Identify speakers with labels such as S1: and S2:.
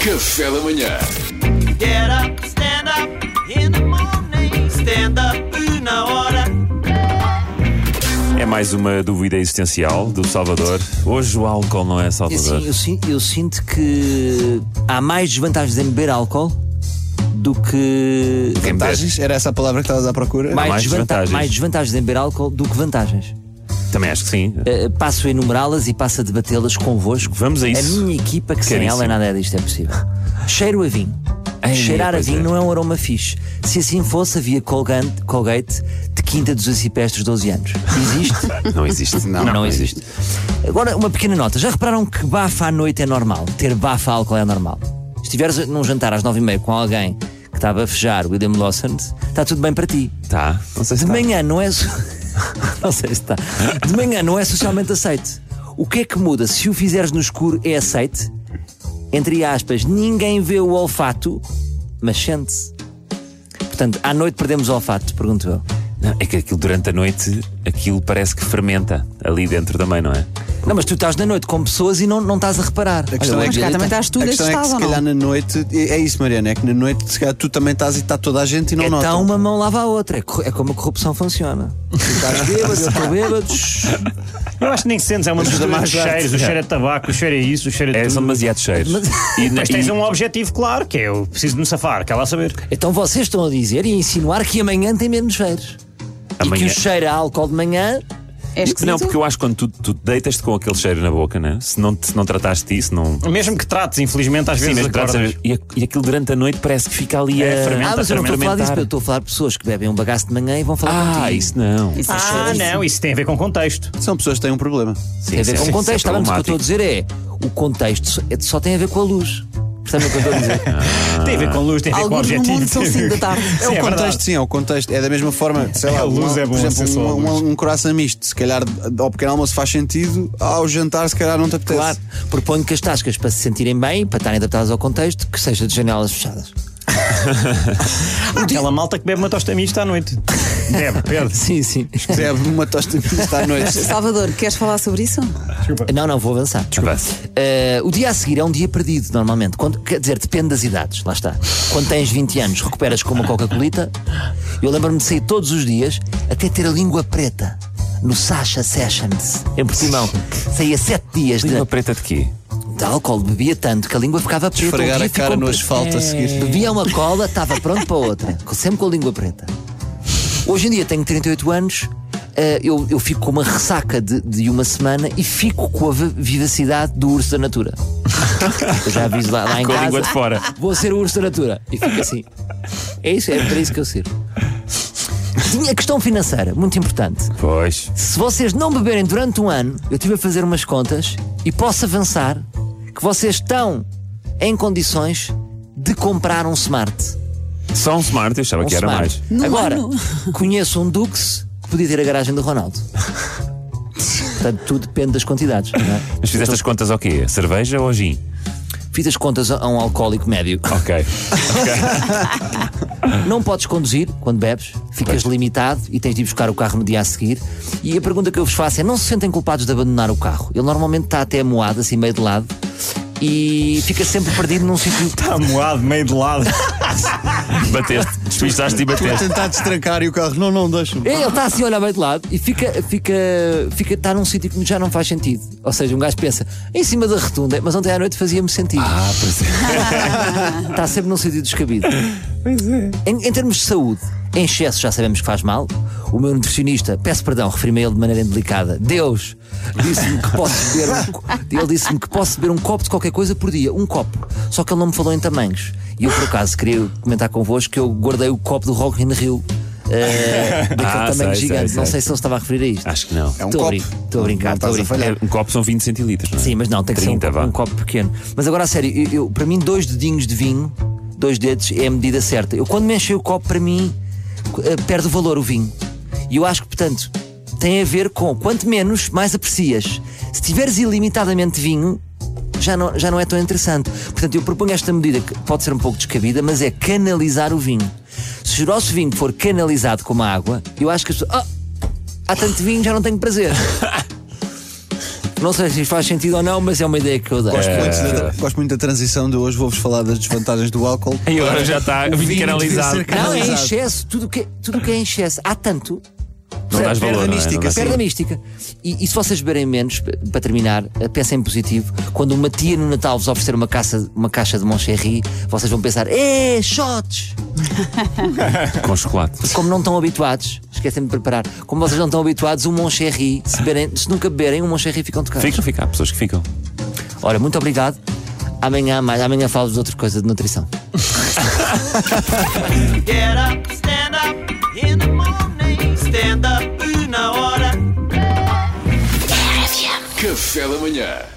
S1: Café da manhã.
S2: Get up, stand up in the morning. Stand up na hora.
S3: É mais uma dúvida existencial do Salvador. Hoje o álcool não é
S4: É assim,
S3: Salvador.
S4: eu, sin- eu sinto que há mais desvantagens em beber álcool do que.
S5: Vantagens? Era essa a palavra que estavas à procura?
S4: Mais,
S3: mais
S4: desvanta-
S3: desvantagens.
S4: mais desvantagens em beber álcool do que vantagens.
S3: Também acho que sim.
S4: Eh, passo a enumerá-las e passo a debatê-las convosco.
S3: Vamos a isso.
S4: A minha equipa, que sem
S3: Caríssimo.
S4: ela nada disto é possível. Cheiro a vinho.
S3: Ei,
S4: Cheirar a
S3: pois
S4: vinho
S3: é.
S4: não é um aroma fixe. Se assim fosse, havia Colgate, Colgate de Quinta dos Acipestres 12 anos. Existe?
S6: É.
S3: Não existe.
S4: Não, não existe. Agora, uma pequena nota. Já repararam que bafa à noite é normal? Ter bafa a álcool é normal? Se estiveres num jantar às nove e meia com alguém que está a bafejar William Lawson, está tudo bem para ti.
S3: Tá. Não sei
S4: De manhã não é. so- não sei se está. De manhã não é socialmente aceito. O que é que muda se o fizeres no escuro é aceito? Entre aspas, ninguém vê o olfato, mas sente-se. Portanto, à noite perdemos o olfato, pergunto eu.
S6: tá.
S3: Não, é que aquilo durante a noite, aquilo parece que fermenta ali dentro também, não é?
S4: Não, mas tu estás na noite com pessoas e não, não estás a reparar.
S5: A questão
S7: mas
S5: é que,
S7: cá também estás tu
S5: a questão é que se
S7: desse estado,
S5: calhar na noite, é é isso, Mariana, é que na noite se calhar tu também estás e está toda a gente e não
S4: então
S5: notam.
S4: uma mão lava a outra. É, co- é como a corrupção funciona. Tu estás bêbado, eu estou bêbado.
S6: Eu acho que nem sentes, é uma mistura
S5: mais
S6: de cheiros. O cheiro é tabaco, o cheiro é isso, o cheiro é,
S3: É, são
S6: tudo.
S3: demasiados cheiros. E,
S6: Mas tens
S3: e-
S6: um objetivo claro, que é eu preciso de me safar, quer lá saber.
S4: Então vocês estão a dizer e a insinuar que amanhã tem menos cheiros. E que
S3: Amanhã-
S4: o cheiro a álcool de manhã
S7: É esquisito.
S3: Não, porque eu acho que quando tu, tu deitas-te com aquele cheiro na boca, né? se não, te- se não trataste disso, não.
S6: Mesmo que trates, infelizmente, às
S3: Sim,
S6: vezes
S3: mas
S6: acordas.
S3: tratas- e, a- e aquilo durante a noite parece que fica ali
S6: É,
S3: a
S6: fermenta,
S4: Ah, mas eu não estou a falar disso, eu
S3: fermentar.
S4: estou a falar de pessoas que bebem um bagaço de manhã e vão falar
S3: Ah,
S4: contigo.
S3: isso não.
S7: Isso é
S6: Ah,
S7: esquisito.
S6: não, isso tem a ver com contexto.
S5: São pessoas que têm um problema.
S4: Tem a ver
S3: Isso
S4: com
S3: é-
S4: o
S3: isso é
S4: contexto, está bem, mas o que eu estou a
S3: problemático.
S4: dizer é o contexto só- é- só tem a ver com a luz. Portanto, o que eu estou a dizer.
S6: Tem a ver com luz, tem a ver com
S7: Alguns no
S6: objetivo.
S7: mundo são 5 da tarde.
S5: É o
S6: Sim, é
S5: contexto,
S6: verdade.
S5: sim, é o contexto. É da mesma forma, sei lá,
S6: A luz
S5: um-
S6: é bom,
S5: por
S6: sim,
S5: exemplo,
S6: só a
S5: um,
S6: luz.
S5: um, um coração misto. Se calhar ao pequeno almoço faz sentido, ao jantar se calhar não te apetece.
S4: Claro, proponho que as tascas, para se sentirem bem, para estarem adaptadas ao contexto, que seja de janelas fechadas.
S6: Aquela malta que bebe uma tosta mista à noite. Bebe, pede.
S4: Sim, sim.
S5: Bebe é uma tosta mista à noite.
S7: Salvador, queres falar sobre isso?
S4: Não, não, vou avançar.
S3: Avança.
S4: Eh, o dia a seguir é um dia perdido, normalmente. Quando- quer dizer, depende das idades, lá está. Quando tens 20 anos, recuperas com uma Coca-Colita. Eu lembro-me de sair todos os dias até ter a língua preta no Sasha Sessions, em Portimão. Saía 7 dias de,
S3: Língua preta de quê?
S4: de álcool, bebia tanto que a língua ficava preta.
S5: Esfregar
S4: o dia
S5: a cara
S4: ficou
S5: no
S4: preto.
S7: É.
S5: asfalto a seguir.
S4: Bebia uma cola, estava pronto para outra, com- sempre com a língua preta. Hoje em dia tenho 38 anos, eh, eu, eu fico com uma ressaca de, de uma semana e fico com a vi- vivacidade do urso da natura. Eu já aviso lá, lá em
S3: Com a
S4: casa.
S3: língua de fora.
S4: Vou ser o urso da natura. E fico assim. É isso, é para isso que eu sirvo. Tinha a questão financeira, muito importante.
S3: Pois.
S4: Se vocês não beberem durante um ano, eu estive a fazer umas contas e posso avançar que vocês estão em condições de comprar um smart.
S3: Só um smart, eu achava
S4: Um
S3: que era
S4: smart.
S3: mais.
S4: Agora,
S7: ano?
S4: conheço um Dux que podia ter a garagem do Ronaldo. Portanto, tudo depende das quantidades. não é?
S3: Mas fizeste as contas ao quê? Cerveja ou gin?
S4: Fiz as contas a a um alcoólico médio.
S3: Ok.
S4: Não podes conduzir quando bebes, ficas limitado e tens de ir buscar o carro no dia a seguir. E a pergunta que eu vos faço é: não se sentem culpados de abandonar o carro? Ele normalmente está até moado, assim meio de lado, e fica sempre perdido num sítio.
S6: Está moado, meio de lado.
S3: Bateste, despistaste e bateste.
S5: Tentar destrancar e o carro, não, não, deixa-me.
S4: É, Ele está assim, olha meio de lado e fica, fica, fica, está num sítio que já não faz sentido. Ou seja, um gajo pensa em cima da retunda, mas ontem à noite fazia-me sentido. Ah, pois é. Está sempre num sentido descabido. Em, em termos de saúde, em excesso já sabemos que faz mal. O meu nutricionista, peço perdão, referi-me a ele de maneira indelicada. Deus disse-me que posso beber um, co- ele disse-me que posso beber um copo de qualquer coisa por dia, um copo. Só que ele não me falou em tamanhos. E eu por acaso queria comentar convosco que eu guardei o copo do Rock in Rio. eh, daquele
S3: Ah,
S4: tamanho
S3: sei,
S4: gigante,
S3: sei,
S4: não
S3: sei.
S4: sei se ele estava a referir a isto.
S3: Acho que não.
S5: É um
S4: Estou a
S5: copo.
S4: brin- estou a brincar,
S5: Não
S4: estou a
S5: estás
S4: brincar.
S5: falhar.
S3: É, um copo são 20 centilitros, não é?
S4: Sim, mas não, tem que
S3: 30,
S4: ser um,
S3: vá.
S4: um copo pequeno. Mas agora, a sério, eu, eu- para mim, dois dedinhos de vinho, dois dedos, é a medida certa. Eu, quando me enchei o copo, para mim, eh, perde o valor o vinho. E eu acho que, portanto, tem a ver com quanto menos, mais aprecias. Se tiveres ilimitadamente vinho, já não, já não é tão interessante. Portanto, eu proponho esta medida que pode ser um pouco descabida, mas é canalizar o vinho. Se o nosso vinho for canalizado como a água, eu acho que as pessoas. "Ah, há tanto vinho, já não tenho prazer. Não sei se faz sentido ou não, mas é uma ideia que eu dei.
S5: Gosto, muito da, gosto muito da transição de hoje, vou-vos falar das desvantagens do álcool.
S3: E agora já está
S5: vinho
S4: Um
S5: devia ser
S3: canalizado.
S4: Não, é em
S5: Canalizado.
S4: excesso, tudo que- tudo o que é em excesso. Há tanto.
S3: Não dás
S5: Perde
S3: valor,
S5: a
S3: não é?
S5: mística,
S3: Não dás
S4: Perde
S3: valor.
S4: a mística. E, e se vocês beberem menos, p- para terminar, eh, pensem positivo. Quando uma tia no Natal vos oferecer uma, caça, uma caixa de Moncherry, vocês vão pensar: é shots!
S3: Com chocolate.
S4: Como não estão habituados, esquecem de preparar. Como vocês não estão habituados, um Moncherry, se, beberem- se nunca beberem, um Moncherry ficam tocados.
S3: Ficam, ficam. Há pessoas que ficam.
S4: Ora, muito obrigado. Amanhã, mais, amanhã falo-vos de outra coisa de nutrição.
S2: Get up, stand up in the morning. Stand up, una hora.
S1: Café da manhã.